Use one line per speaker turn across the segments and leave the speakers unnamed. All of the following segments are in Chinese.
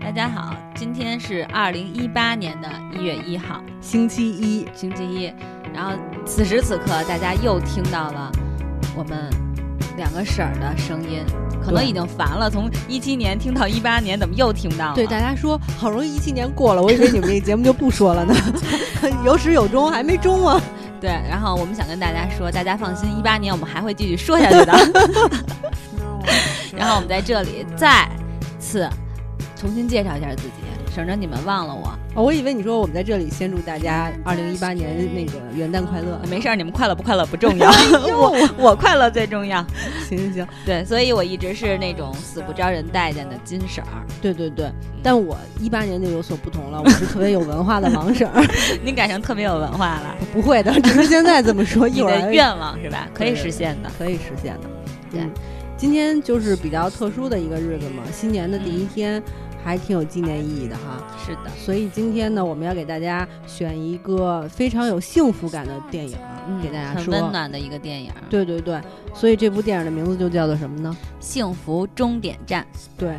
大家好，今天是二零一八年的一月一号，
星期一，
星期一。然后此时此刻，大家又听到了我们两个婶儿的声音，可能
对
已经烦了。从一七年听到一八年，怎么又听到了？
对大家说，好容易一七年过了，我以为你们这节目就不说 了呢，有始有终，还没终啊。
对。然后我们想跟大家说，大家放心，一八年我们还会继续说下去的。然后我们 在这里再次重新介绍一下自己，省着你们忘了我。
哦我以为你说我们在这里先祝大家二零一八年那个元旦快乐。
没事儿，你们快乐不快乐不重要，
哟，
我快乐最重要。
行行行，
对，所以我一直是那种死不招人待见的金婶儿。
对对对，但我一八年就有所不同了，我是特别有文化的王婶 儿，
你改成特别有文化了，
不会的，只是现在这么说，
你
一会
的
儿
愿望是吧？可以实现的。
可以实现的。
对
嗯，今天就是比较特殊的一个日子嘛，新年的第一天，还挺有纪念意义的哈。
是的，
所以今天呢，我们要给大家选一个非常有幸福感的电影，嗯给大家
很
说。
温暖的一个电影，《
对对对，所以这部电影的名字就叫做什么呢？
幸福终点站
对，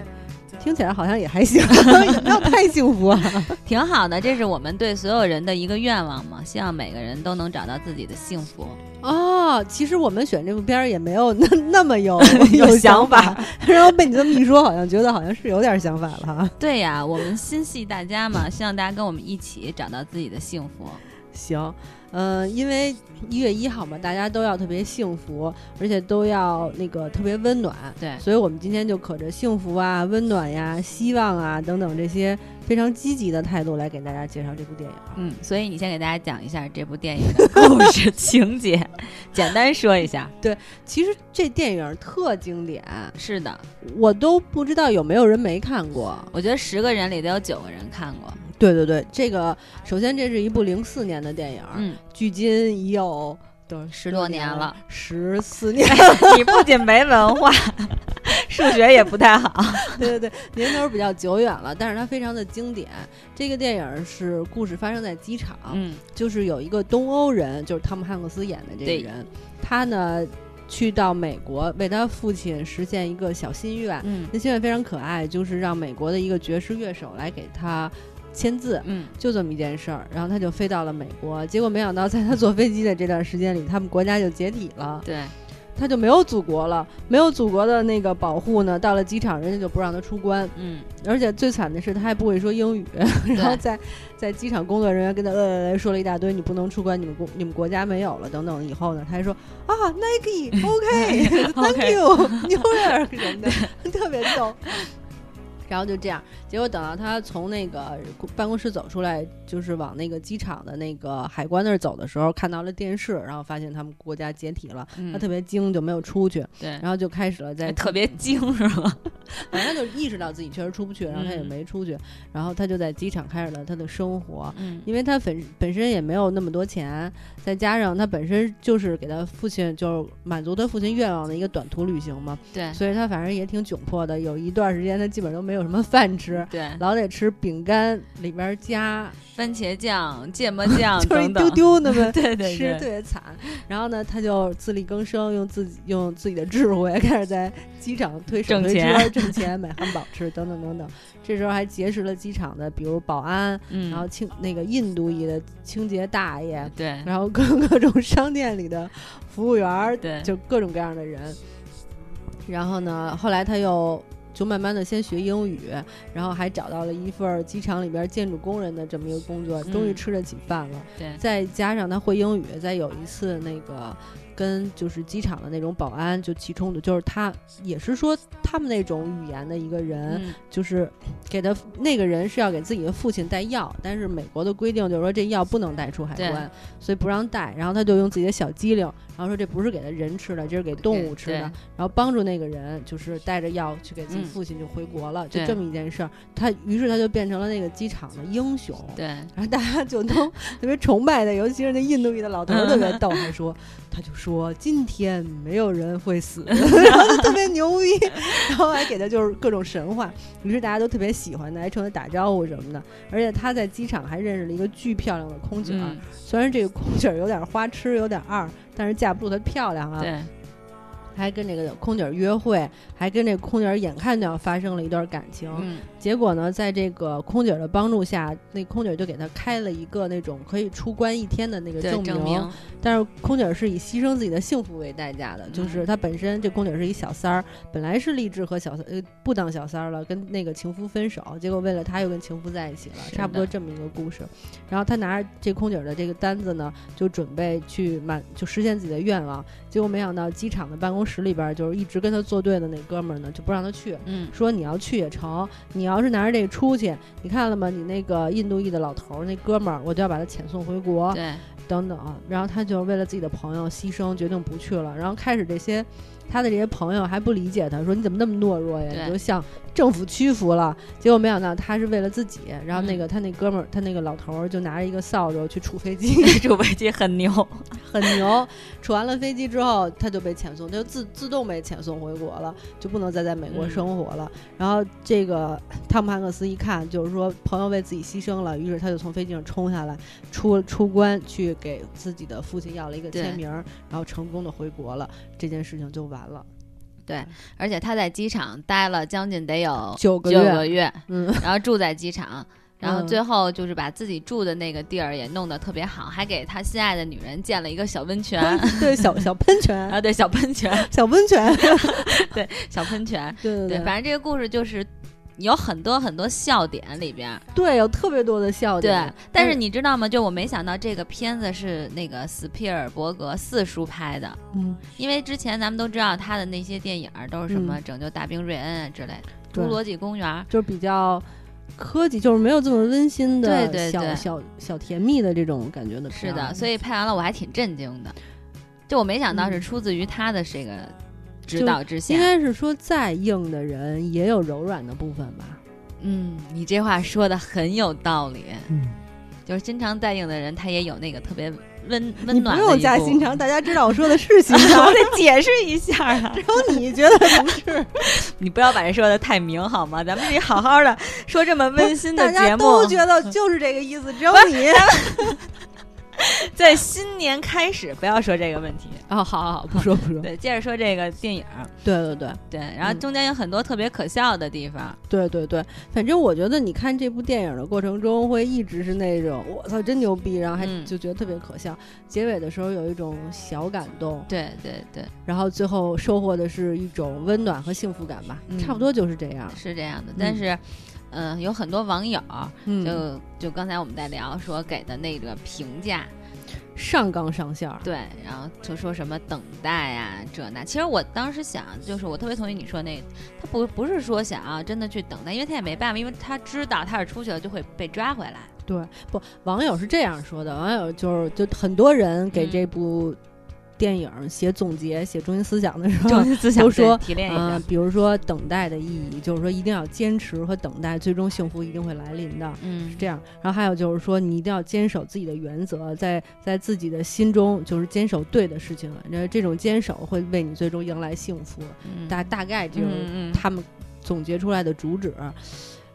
听起来好像也还行， 也不要太幸福啊。》
挺好的，这是我们对所有人的一个愿望嘛，希望每个人都能找到自己的幸福。
哦，其实我们选这部片儿也没有那 那么有
有
想
想法，
然后被你这么一说，好像觉得好像是有点想法了哈。
对呀，我们心系大家 嘛，希望大家跟我们一起找到自己的幸福。
行，嗯、因为一月一号嘛，大家都要特别幸福，而且都要那个特别温暖。
对，
所以我们今天就可着幸福啊、温暖呀、希望啊等等这些非常积极的态度来给大家介绍这部电影。
嗯，所以你先给大家讲一下这部电影的故事情节， 简单说一下。
其实这电影特经典，
是的，
我都不知道有没有人没看过。
我觉得十个人里得有九个人看过。
对对对，这个首先这是一部零四年的电影，
嗯，
距今已有多
十多年了，
十四年。
哎 你不仅没文化， 数学也不太好。
对对对，年头比较久远了，但是它非常的经典。这个电影是故事发生在机场，
嗯，
就是有一个东欧人，就是汤姆汉克斯演的这
对
个人，他呢去到美国为他父亲实现一个小心愿，
嗯
那心愿非常可爱，就是让美国的一个爵士乐手来给他签字。
嗯，
就这么一件事儿，然后他就飞到了美国，结果没想到在他坐飞机的这段时间里，他们国家就解体了，
对，
他就没有祖国了，没有祖国的那个保护呢，到了机场人家就不让他出关，
嗯，
而且最惨的是他还不会说英语，然后在在机场工作人员跟他呃说了一大堆，你不能出关，你们国你们国家没有了等等以后呢，他还说啊 Nike OK Thank you New York 什么的，特别逗。 然后就这样，结果等到他从那个办公室走出来，就是往那个机场的那个海关那儿走的时候，看到了电视，然后发现他们国家解体了，
嗯
他特别惊，就没有出去，
对，
然后就开始了在
特别精是吗？
反正他就意识到自己确实出不去，然后他也
嗯
没出去，然后他就在机场开始了他的生活。
嗯
因为他本本身也没有那么多钱，再加上他本身就是给他父亲就是满足他父亲愿望的一个短途旅行嘛，
对
所以他反正也挺窘迫的。有一段时间他基本都没有什么饭吃，
对，
老得吃饼干里边加，
番茄酱、芥末 酱
就是一
啊等
丢
等。
丢那么
对对
吃特
对，
别惨。然后呢，他就自力更生，用自己用自己的智慧 开始在机场推手
挣
推
钱
车挣钱，买汉堡吃等等等 等。这时候还结识了机场的，比如保安，
嗯，
然后清那个印度裔的清洁大爷，
对
然后各 各种商店里的服务员儿，
对，
就各种各样的人。然后呢，后来他又。就慢慢的先学英语，然后还找到了一份儿机场里边建筑工人的这么一个工作，终于
嗯
吃得起饭了。
对
再加上他会英语，再有一次那个跟就是机场的那种保安就起冲突，就是他也是说他们那种语言的一个人，
嗯
就是给他那个人是要给自己的父亲带药，但是美国的规定就是说这药不能带出海
对
关，所以不让带。然后他就用自己的小机灵，然后说这不是给他人吃的，这是给动物吃
对
的，然后帮助那个人就是带着药去给自己
嗯
父亲就回国了，就
对
这么一件事儿。他于是他就变成了那个机场的英雄。
对嗯
然后大家就 都特别崇拜的，尤其是那印度裔的老头儿
嗯
特别逗，还说他就说今天没有人 会死，然后就特别牛逼，然后还给他就是各种神话，于是大家都特别喜欢他，还冲他打招呼什么的。而且他在机场还认识了一个巨漂亮的空姐儿，啊
嗯
虽然这个空姐儿有点花痴，有点二，但是架不住她漂亮啊。
对
还跟这个空姐儿约会，还跟这个空姐儿眼看就要发生了一段感情，
嗯
结果呢，在这个空姐的帮助下，那空姐就给他开了一个那种可以出关一天的那个
对
证
证明，
但是空姐是以牺牲自己的幸福为代价的，就是她本身这空姐是一小三儿，本来是立志和小三呃不当小三儿了，跟那个情夫分手，结果为了她又跟情夫在一起了，
是的
差不多这么一个故事。然后她拿着这空姐的这个单子呢，就准备去满就实现自己的愿望，结果没想到机场的办公室里边儿就是一直跟她作对的那哥们儿呢，就不让她去。
嗯，
说你要去也成，你要是拿着这个出去，你看了吗？你那个印度裔的老头儿那哥们儿，我就要把他遣送回国。
对，
等等啊，然后他就为了自己的朋友牺牲，决定不去了。然后开始这些他的这些朋友还不理解他，说你怎么那么懦弱呀？
对
你就向政府屈服了。结果没想到他是为了自己。然后那
嗯
个、他那哥们儿，他那个老头儿就拿着一个扫帚去杵飞机，
主飞机很牛，
很牛。杵完了飞机之后，他就被遣送，他就自自动被遣送回国了，就不能再在美国
嗯
生活了。然后这个汤姆汉克斯一看，就是说朋友为自己牺牲了，于是他就从飞机上冲下来，出出关去给自己的父亲要了一个
对
签名儿，然后成功的回国了，这件事情就完了。
而且他在机场待了将近得有
九个
哦九
月，
个月，
嗯，
然后住在机场，然后
嗯
最后就是把自己住的那个地儿也弄得特别好，还给他心爱的女人建了一个小温泉
对，小小喷泉，
啊啊，对，小喷泉，
小温泉，
小喷泉，
对对
对，反正这个故事就是有很多很多笑点里边儿，
对，有特别多的笑
对
点。，嗯
但是你知道吗？就我没想到这个片子是那个斯皮尔伯格四叔拍的，
嗯，
因为之前咱们都知道他的那些电影儿都是什么
嗯
《拯救大兵瑞恩》啊之类的，
对
侏罗纪公园》。
就是比较科技，就是没有这么温馨的
对对
小
对
小小甜蜜的这种感觉的
是
片儿。
的，所以拍完了我还挺震惊的，就我没想到是
嗯
出自于他的这个指
就
导之下
应。该是说，再硬的人也有柔软的部分吧。
嗯，你这话说的很有道理，
嗯，
就是经常在硬的人，他也有那个特别温
你
温
不
暖的一
用加
部
心肠，大家知道 我说的是心肠，
我得解释一下啊！
然后你觉得不是？
你不要把这说的太明好吗？咱们得好好的说这么温馨的
大
节
家
目，
都觉得就是这个意思，只有你。
在新年开始不要说这个问题。
哦，好好好，不说不说。
对，接着说这个电影儿，
对对对
对，然后
嗯
中间有很多特别可笑的地方，
对对对，反正我觉得你看这部电影的过程中，会一直是那种我操真牛逼，然后还
嗯
就觉得特别可笑。结尾的时候有一种小感动，
对对对，
然后最后收获的是一种温暖和幸福感吧，
嗯
差不多就是这样。
是这样的。但是，嗯、有很多网友
嗯
就就刚才我们在聊说给的那个评价，
上纲上线儿，
对，然后就说什么等待呀、这那。其实我当时想，就是我特别同意你说那，他不不是说想要真的去等待，因为他也没办法，因为他知道他是出去了就会被抓回 来。
对，不，网友是这样说的，网友就是就很多人给
嗯
这部电影写总结、写中心思想的时候
中。心思想
都说
对提炼一
啊
下，，
比如说等待的意义，就是说一定要坚持和等待，最终幸福一定会来临的，
嗯
是这样。然后还有就是说，你一定要坚守自己的原则，在在自己的心中就是坚守对的事情，那这种坚守会为你最终迎来幸福。
嗯
大大概就是
嗯嗯
他们总结出来的主旨。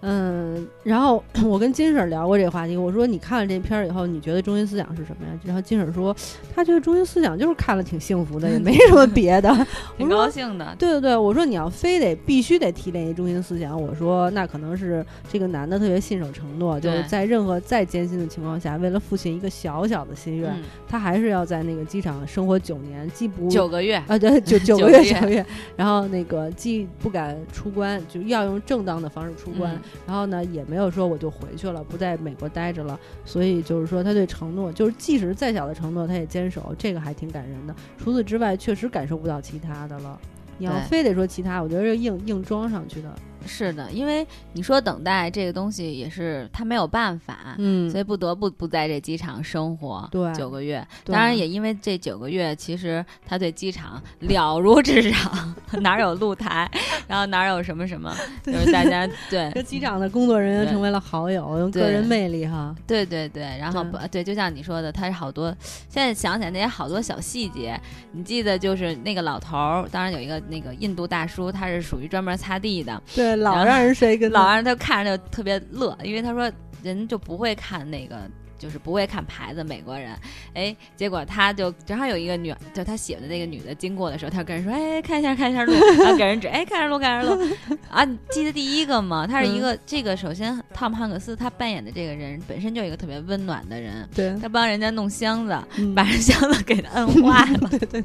嗯，然后 我跟金婶儿聊过这个话题，我说你看了这片儿以后，你觉得中心思想是什么呀？然后金婶儿说，她觉得中心思想就是看了挺幸福的，也没什么别的。
挺高兴的，
对对对，我说你要非得必须得提炼一中心思想，我说那可能是这个男的特别信守承诺，就
对
是在任何再艰辛的情况下，为了父亲一个小小的心愿，
嗯
他还是要在那个机场生活九年，既不
九个月，
啊，对，九九
九
个
个
月，
月
九个月。然后那个既不敢出关，就要用正当的方式出关。
嗯
然后呢，也没有说我就回去了，不在美国待着了。所以就是说，他对承诺，就是即使再小的承诺，他也坚守，这个还挺感人的。除此之外，确实感受不到其他的了。你要
对
非得说其他，我觉得是硬硬装上去的。
是的，因为你说等待这个东西也是他没有办法，
嗯
所以不得不不在这机场生活。
对
九个月，
对
当然也因为这九个月，其实他对机场了如指掌， 哪儿有露台，然后哪儿有什么什么，就是大家对
跟机场的工作人员
对
成为了好友，用个
对
人魅力哈。
对对对，然后
对
不对，就像你说的，他是好多，现在想起来那些好多小细节，你记得就是那个老头儿，当然有一个那个印度大叔，他是属于专门擦地的，
对，
然
老
后
让人摔跟
老让他看着就特别乐，因为他说人就不会看那个。就是不会看牌子美国人，哎，结果他就正好有一个女，就他喜欢的那个女的经过的时候，他就跟人说，哎，看一下看一下路，然后给人指，哎，看着路看着路，啊，你记得第一个吗？他是一个、这个，首先汤姆汉克斯他扮演的这个人本身就一个特别温暖的人，
对，
他帮人家弄箱子，
嗯
把人箱子给他摁坏了，
对对，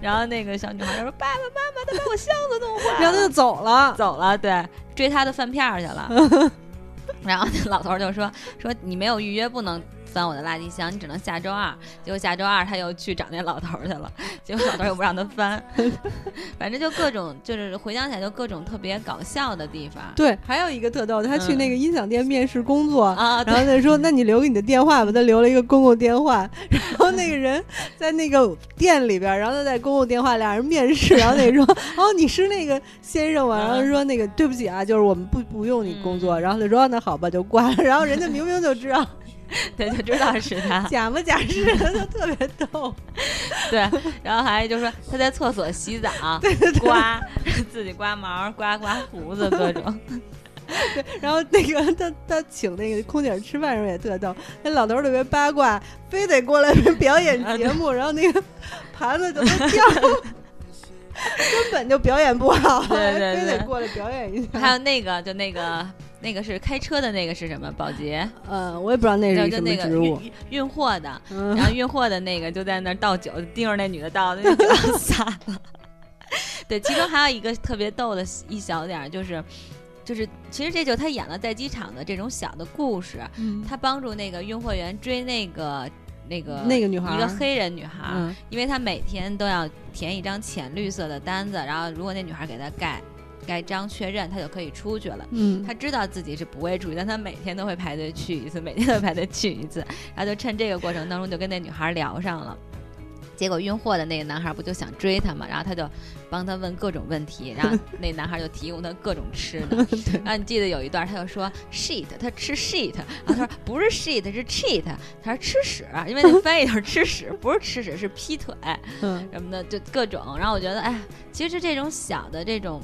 然后那个小女孩就说，爸爸妈妈，他把我箱子弄坏了，
嗯然后他就走了，
走了，对，追他的饭票去了。 然后那老头儿就说说你没有预约，不能翻我的垃圾箱，你只能下周二。结果下周二他又去找那老头儿去了，结果老头儿又不让他翻， 反正就各种就是回想起来就各种特别搞笑的地 方。
对，还有一个特逗的，他去那个音响店面试工作，
嗯啊，
然后
对
他说：“那你留给你的电话吧。”他留了一个公共电话， 然后那个人在那个店里边儿，然后他在公共电话俩人面试， 然后那个说：“哦，你是那个先生
嗯
吗？”然后说：“那个对不起啊，就是我们不不用你工作。”然后他说：“那好吧，就挂了。”然后人家明明就 知道
对，就知道是 他。
假模假式的，就特别逗。
对，然后还就说他在厕所洗 澡，刮 自己刮毛、刮刮胡子各 种。
然后那个他他请那个空姐吃饭的时候也特逗，那老头儿特别八卦，非得过来表演
啊
节目，然后那个盘子都掉了，根本就表演不好，
对对
非得
对
过来表演一下。
还有那个，就那个那个是开车的那个是什么？保洁，
嗯，我也不知道那
就是
一
就
什么
那个
植物。
运运货的，
嗯，
然后运货的那个就在那儿倒酒，盯着那女的倒，那酒就 洒了。对，其中还有一个特别逗的一小点儿，就是，就是其实这就是他演了在机场的这种小的故事，
嗯
他帮助那个运货员追那个那个
那个女孩儿
一个黑人女孩儿，
嗯
因为他每天都要填一张浅绿色的单子，然后如果那女孩儿给他盖盖章确认，他就可以出去了。
嗯，
他知道自己是不会出去，但他每天都会排队去一次，每天都会排队去一次，然后就趁这个过程当中就跟那女孩聊上了。结果运货的那个男孩不就想追她嘛，然后他就帮他问各种问题，然后那男孩就提供他各种吃的。然后你记得有一段他就说 shit，他吃 shit，然后他说不是 shit 是 cheat，他说吃屎，因为那翻译就是吃屎，不是吃屎是劈腿。
嗯
什么的，就各种。然后我觉得，哎，其实这种小的这种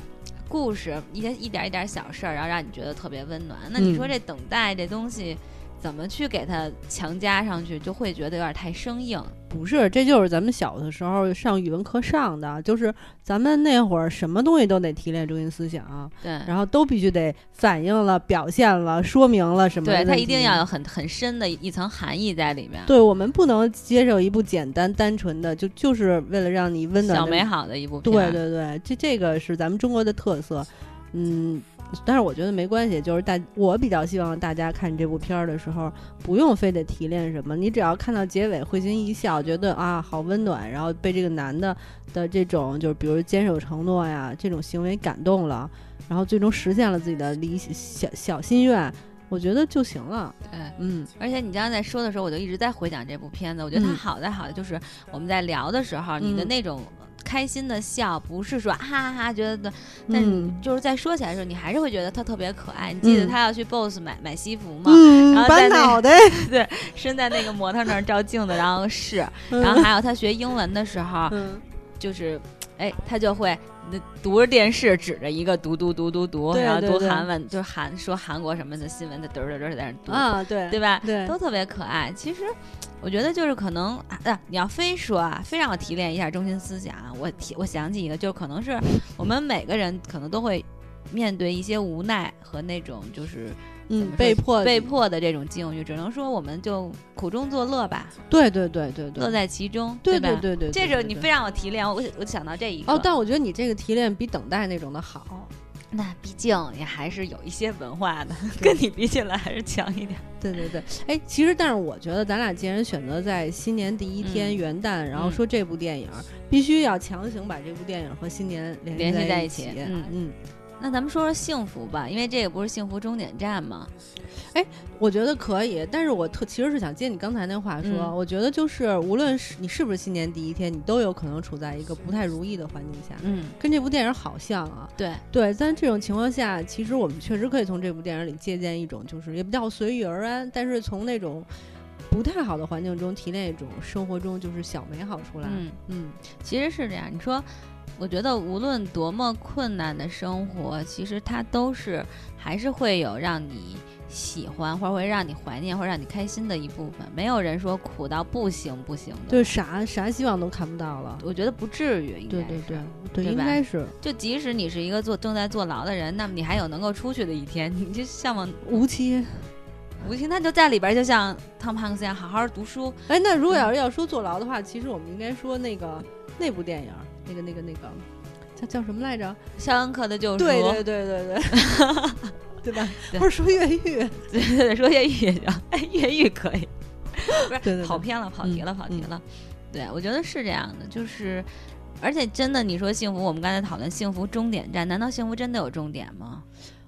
故事，一些一点一点小事儿，然后让你觉得特别温暖。那你说这等待这东西，怎么去给它强加上去，就会觉得有点太生硬。
不是，这就是咱们小的时候上语文课上的，就是咱们那会儿什么东西都得提炼中心思想，
对，
然后都必须得反映了、表现了、说明了什么的
对，
问题。
它一定要有很很深的一层含义在里面，
对，我们不能接受一部简单单纯的，就就是为了让你温暖
小
的
美。好的一部片儿。
对对对，这这个是咱们中国的特色，嗯，但是我觉得没关系，就是大我比较希望大家看这部片儿的时候，不用非得提炼什么，你只要看到结尾会心一笑，觉得啊好温暖，然后被这个男的的这种就是比如坚守承诺呀这种行为感动了，然后最终实现了自己的理想小小心愿，我觉得就行了，
对
嗯
而且你刚才在说的时候，我就一直在回想这部片子。我觉得它
嗯
好在好在就是我们在聊的时候，你的
嗯
那种开心的笑，不是说啊哈哈哈觉得但
嗯。
就是在说起来的时候，你还是会觉得他特别可爱。你记得
嗯
他要去 BOSS 买买西服 吗？
嗯
然后
把
在那
脑袋，
身在那个模特那儿照镜子，然后 试，然后还有他学英文的时候，
嗯，
就是，哎，他就会那读着电视，指着一个读读读读读，
对
然后
对
读
对
韩文，就是韩说韩国什么的新闻，他嘚儿嘚儿嘚儿在那儿读，
啊，对
嗯对吧？
对
都特别可爱。其实，我觉得就是可能，啊，你要非说啊，非让我提炼一下中心思想，啊，我提我想起一个，就可能是我们每个人可能都会面对一些无奈和那种就是怎么
嗯，
说
被迫
被迫的这种境遇，只能说我们就苦中作乐吧，
对对对对对，
乐在其中，
对
吧？
对对对，
这
对
时候
对
你
对
非让我提炼，我我想到这一个
哦，但我觉得你这个提炼比等待那种的
哦
好。
那毕竟也还是有一些文化的，跟你比起来还是强一点。
对对对，哎，其实但是我觉得咱俩既然选择在新年第一天
嗯
元旦，然后
嗯
说这部电影，必须要强行把这部电影和新年联
联系在
在
一
起
起。嗯
嗯，
那咱们说说幸福吧，因为这个不是幸福终点站吗？
我觉得可以，但是我特其实是想接你刚才那话说，
嗯
我觉得就是无论是你是不是新年第一天，你都有可能处在一个不太如意的环境下，
嗯，
跟这部电影好像啊。
对，
对，但这种情况下，其实我们确实可以从这部电影里借鉴一种，就是也不叫随遇而安，但是从那种不太好的环境中提炼一种生活中就是小美好出来。
嗯。
嗯
其实是这样，你说，我觉得无论多么困难的生活，其实它都是还是会有让你喜欢，或者会让你怀念，或者让你开心的一部分。没有人说苦到不行不行的，
对，啥啥希望都看不到了。
我觉得不至于，应该
对
是
对对对，
对
应
吧
该是
就即使你是一个坐正在坐牢的人，那么你还有能够出去的一天。你就向往
无 期。
无期，那就在里边，就像汤姆汉克斯一样，好好读书。
哎，那如果要是要说坐牢的话，其实我们应该说那个那部电影儿，那个那个那个叫叫什么来着？
肖恩克的救赎，
对对对对 对，对吧？
对
不是说越狱，
对对对，说越狱也行，哎，越狱可以，不是
对对对
跑偏了，跑题了，
嗯
跑题了。对，我觉得是这样的，就是，而且真的，你说幸福，我们刚才讨论幸福终点站，难道幸福真的有终点吗？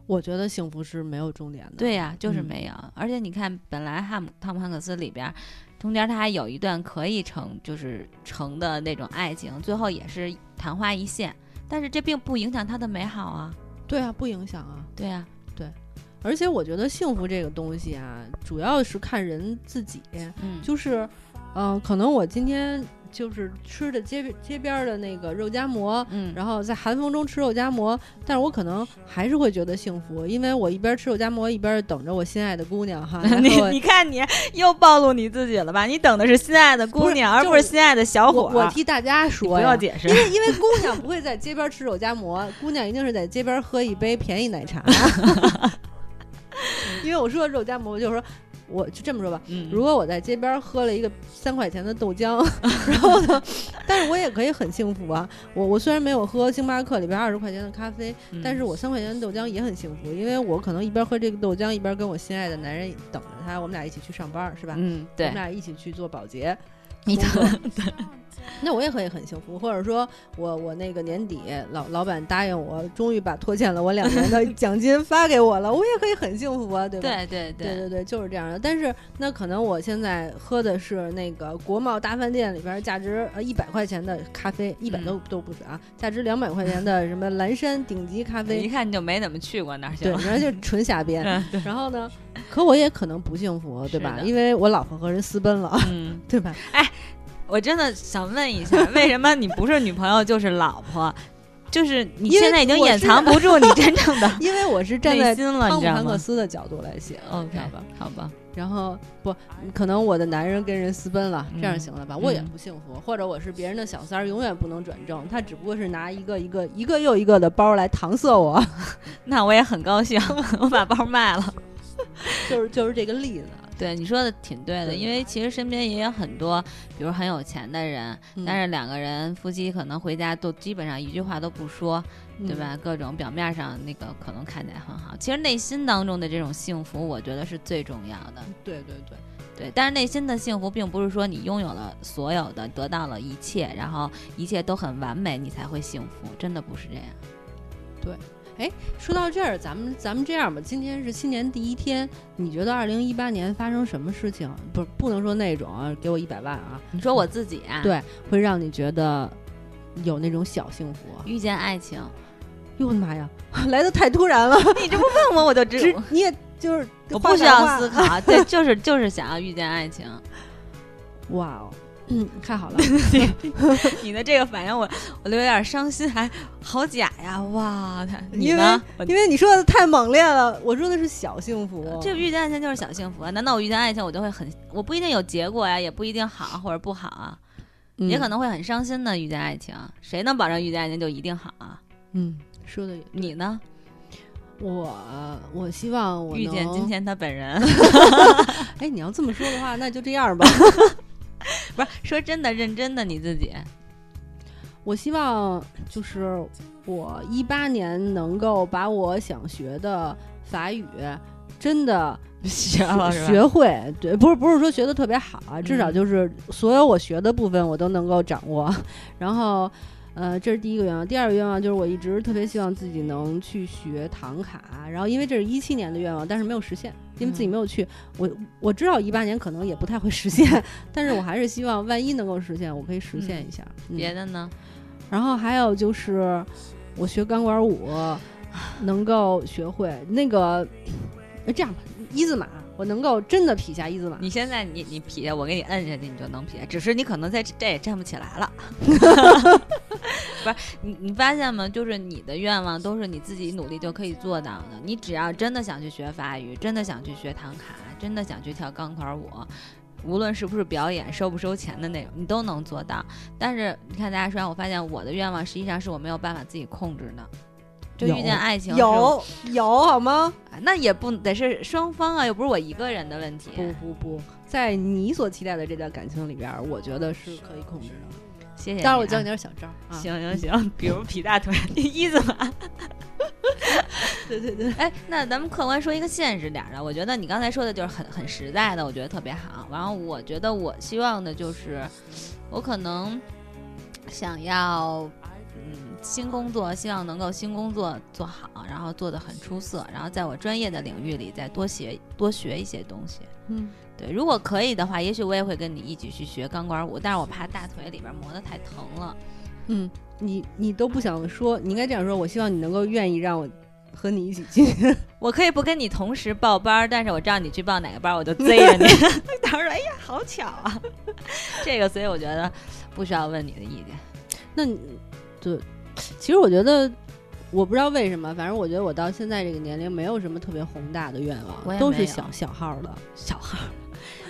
我觉得幸福是没有终点的。
对呀、就是
嗯
没有。而且你看，本来汉姆汤姆汉克斯里边，中间他还有一段可以成，就是成的那种爱情，最后也是昙花一现，但是这并不影响他的美好啊。
对啊，不影响啊。
对呀、
而且我觉得幸福这个东西啊，主要是看人自己。
嗯，
就是，嗯、可能我今天就是吃的街街边儿的那个肉夹馍，
嗯，
然后在寒风中吃肉夹馍，但是我可能还是会觉得幸福，因为我一边吃肉夹馍一边等着我心爱的姑娘哈， 然
你
后
你看你又暴露你自己了吧？你等的是心爱的姑娘，
不是
而不是心爱的小
我
伙儿。
我替大家
啊你
说
不要
呀。
解释
因，为因为姑娘不会在街边吃肉夹馍，姑娘一定是在街边喝一杯便宜奶茶。 因为我说肉夹馍，我就是说，我就这么说吧，
嗯
如果我在街边喝了一个三块钱的豆 浆，然后呢，但是我也可以很幸福啊。我我虽然没有喝星巴克里边二十块钱的咖啡，
嗯
但是我三块钱的豆浆也很幸福，因为我可能一边喝这个豆浆，一边跟我心爱的男人等着他，我们俩一起去上班，是吧？
嗯，
我
对
们，俩一起去做保洁，
你
工 作那我也可以很幸福，或者说我我那个年底老老板答应我，终于把拖欠了我两年的奖金发给我了，我也可以很幸福啊，对吧？
对对
对对对，就是这样的。但是那可能我现在喝的是那个国贸大饭店里边价值呃一百块钱的咖啡，一百
嗯
都、都不止啊，价值两百块钱的什么蓝山顶级咖
对，一
啡，
看你就没怎么去过那儿，
对，
行吗？
然后就是纯瞎 编。
嗯对
然后呢，可我也可能不幸福，对吧
是？的
因为我老婆和人私 奔了，
嗯，
对吧？
我真的想问一下，为什么你不是女朋友就是老婆？就是你
因为
现在已经
我
掩
是
藏不住你真正的
因为我是 站
内
在
心了，你
汤姆
知道
汉克
吗
斯的角度来写的，你
？OK，
知道吧？
好吧，
然后不，可能我的男人跟人私奔了，这样
嗯
行了吧？我也
嗯
不幸福，或者我是别人的小三儿，永远不能转正。他只不过是拿一个一个一个又一个的包来搪塞我，
那我也很高兴， 我把包卖了。
就是就是这个例子。
对，你说的挺对的，
对
因为其实身边也有很多，比如很有钱的人，嗯
嗯
但是两个人夫妻可能回家都基本上一句话都不说，
嗯
对？吧？各种表面上那个可能看起来很好，其实内心当中的这种幸福，我觉得是最重要的。
嗯对对对，
对，但是内心的幸福并不是说你拥有了所有的，得到了一切，然后一切都很完美，你才会幸福，真的不是这样。
说到这儿，咱们咱们这样吧，今天是新年第一天，你觉得二零一八年发生什么事情？不不能说那种啊，给我一百万啊，
你说我自己啊，
对会让你觉得有那种小幸福啊。
遇见爱 情，
哟我的妈呀， 来的太突然了，
你这不问我我就
直
知，
你也就是
哎我
话
不需
赶
要
话
思考，对，就是就是想要遇见爱情。
哇哦，嗯，太好了，
你的这个反应我我都有点伤心，还好假呀！哇，他你
因为
呢？我
因为你说的太猛烈了，我说的是小幸福，哦
这遇见爱情就是小幸福啊！难道我遇见爱情我就会很，我不一定有结果呀，也不一定好或者不好啊，
嗯
也可，能会很伤心的遇见爱情。啊谁能保证遇见爱情就一定好啊？
嗯，说的也对
你呢？
我我希望我
遇见
能
今，天他本 人，
哎，你要这么说的话，那就这样吧。
不是说真的，认真的你自己，
我希望就是我一八年能够把我想学的法语真的
学
学会，对，不是不是说学的特别好啊，至少
嗯
就是所有我学的部分我都能够掌握。 然后，呃，这是第一个愿望。第二个愿望就是我一直特别希望自己能去学唐卡，然后因为这是一七年的愿望，但是没有实现，因为自己
嗯
没有去。我我知道一八年可能也不太会实现， 但是我还是希望万一能够实现，我可以实现一下。嗯
别的呢？
然后还有就是，我学钢管舞能够学会那个，呃这样吧，一字马，我能够真的劈下 E 一字马。
你现在你你 撇，我给你摁下去，你就能撇，只是你可能在这这也站不起来了。不是你，你发现吗？就是你的愿望都是你自己努力就可以做到的。你只要真的想去学法语，真的想去学唐卡，真的想去跳钢管舞，无论是不是表演、收不收钱的那种，你都能做到。但是你看，大家说，我发现我的愿望实际上是我没有办法自己控制的。就遇见爱情
有有好吗？
那也不得是双方啊，又不是我一个人的问题。
不不不，在你所期待的这段感情里边，我觉得是可以控制的。
谢谢。
待会儿我教你点小招啊。
行行行，比 如劈大腿、一字马。
对对对。
哎，那咱们客观说一个现实点儿的，我觉得你刚才说的就是很很实在的，我觉得特别好。然后我觉得我希望的就是，我可能想要。嗯新工作，希望能够新工作做好，然后做得很出色，然后在我专业的领域里再多学多学一些东西。
嗯，
对，如果可以的话，也许我也会跟你一起去学钢管舞，但是我怕大腿里边磨得太疼了。
嗯，你你都不想说，你应该这样说，我希望你能够愿意让我和你一起去。
我可以不跟你同时报班，但是我让你去报哪个班，我就追着你。 到时候说，哎呀，好巧啊！这个，所以我觉得不需要问你的意见。
那你对。其实我觉得，我不知道为什么，反正我觉得我到现在这个年龄没有什么特别宏大的愿望，都是小小号的
小号。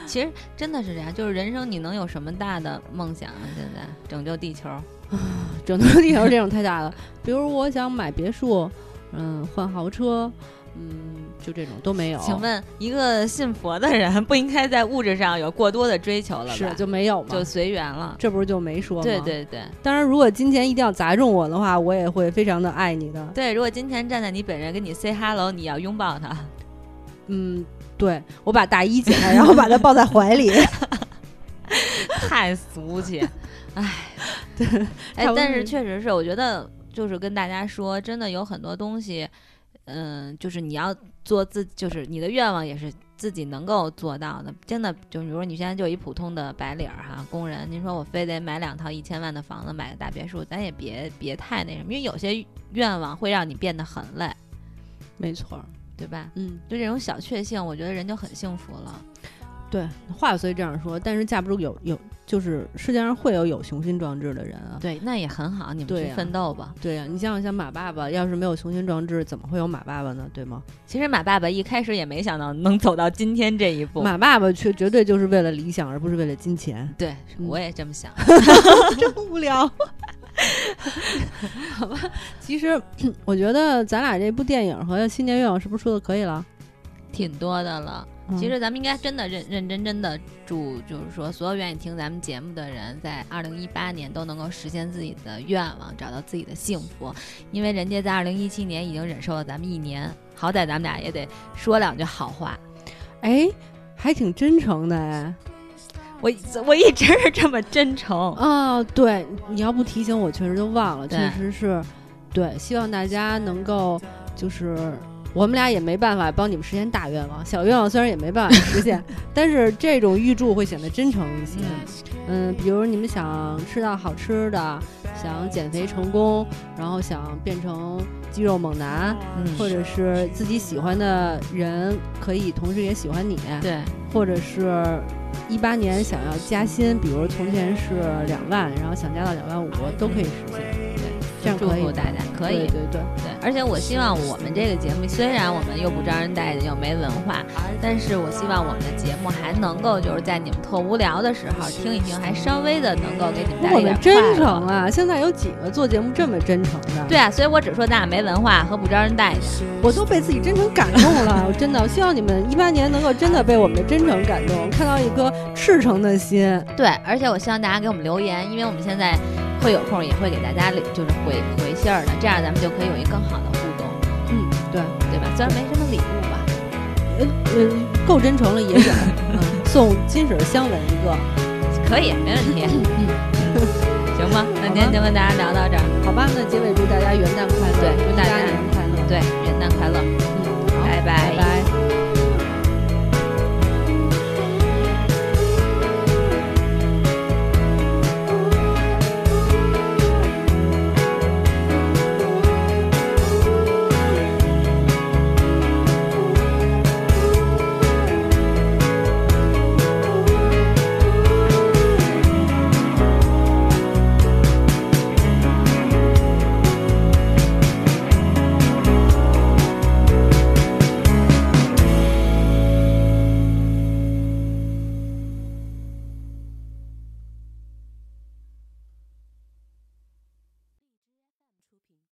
其实真的是这样，就是人生你能有什么大的梦想啊？现在拯救地球
哦
啊，
拯救地球这种太大了。比如我想买别墅，嗯，换豪车，嗯，就这种都没有。
请问一个信佛的人不应该在物质上有过多的追求了吧？
是就没有嘛，
就随缘了。
这不是就没说吗？
对对对。
当然，如果金钱一定要砸中我的话，我也会非常的爱你的。
对，如果金钱站在你本人跟你 say hello，你要拥抱他。
嗯，对，我把大衣解开，然后把他抱在 怀里。
太俗气， 唉，
对，
哎，但是确实是，我觉得就是跟大家说，真的有很多东西，嗯、呃，就是你要做自，就是你的愿望也是。自己能够做到的，真的就是，比如你现在就一普通的白领儿哈，工人，您说我非得买两套一千万的房子，买个大别墅，咱也别别太那什么，因为有些愿望会让你变得很累，
没错，
对吧？
嗯，
就这种小确幸，我觉得人就很幸福了。
对，话虽这样说，但是架不住有有，就是世界上会有有雄心壮志的人啊。
对，那也很好，你们去奋斗吧。
对呀、啊啊，你想想，像马爸爸，要是没有雄心壮志，怎么会有马爸爸呢？对吗？
其实马爸爸一开始也没想到能走到今天这一步。
马爸爸却绝对就是为了理想，而不是为了金钱。
对，我也这么想。
真无聊。 好吧，其实 我觉得咱俩这部电影和新年愿望是不是说的可以了？
挺多的了。
嗯
其实咱们应该真的认认真真的祝，就是说所有愿意听咱们节目的人，在二零一八年都能够实现自己的愿望，找到自己的幸福。因为人家在二零一七年已经忍受了咱们一年，好歹咱们俩也得说两句好话。
哎，还挺真诚的哎，
我我一直是这么真诚
啊、哦。对，你要不提醒我，确实就忘了。确实是，对，希望大家能够就是。我们俩也没办法帮你们实现大愿望，小愿望虽然也没办法实现，但是这种预祝会显得真诚一些。嗯，比如你们想吃到好吃的，想减肥成功，然后想变成肌肉猛男，
嗯、
或者是自己喜欢的人可以同时也喜欢你，
对，
或者是一八年想要加薪，比如从前是两万，然后想加到两万五，都可以实现。这样
祝福大家，可以，
对对对
对。而且我希望我们这个节目，虽然我们又不招人待见，又没文化，但是我希望我们的节目还能够就是在你们特无聊的时候听一听，还稍微的能够给你们带
我
点
们真诚啊！现在有几个做节目这么真诚的？
对啊，所以我只说咱俩没文化和不招人待见，
我都被自己真诚感动 了，我真的。我希望你们一八年能够真的被我们的真诚感动，看到一颗赤诚的心。
对，而且我希望大家给我们留言，因为我们现在。会有空也会给大家就是回回信儿的，这样咱们就可以有一更好的互动。
嗯，对
对吧？虽然没什么礼物吧，
呃呃，够真诚了 也有嗯，送金水香吻一个，
可以，没问题。 嗯，行吧，那今天就跟大家聊到这儿，
好吧？那结尾祝大家元旦快乐，
对，祝大家
元旦快乐，嗯
对，元旦快乐。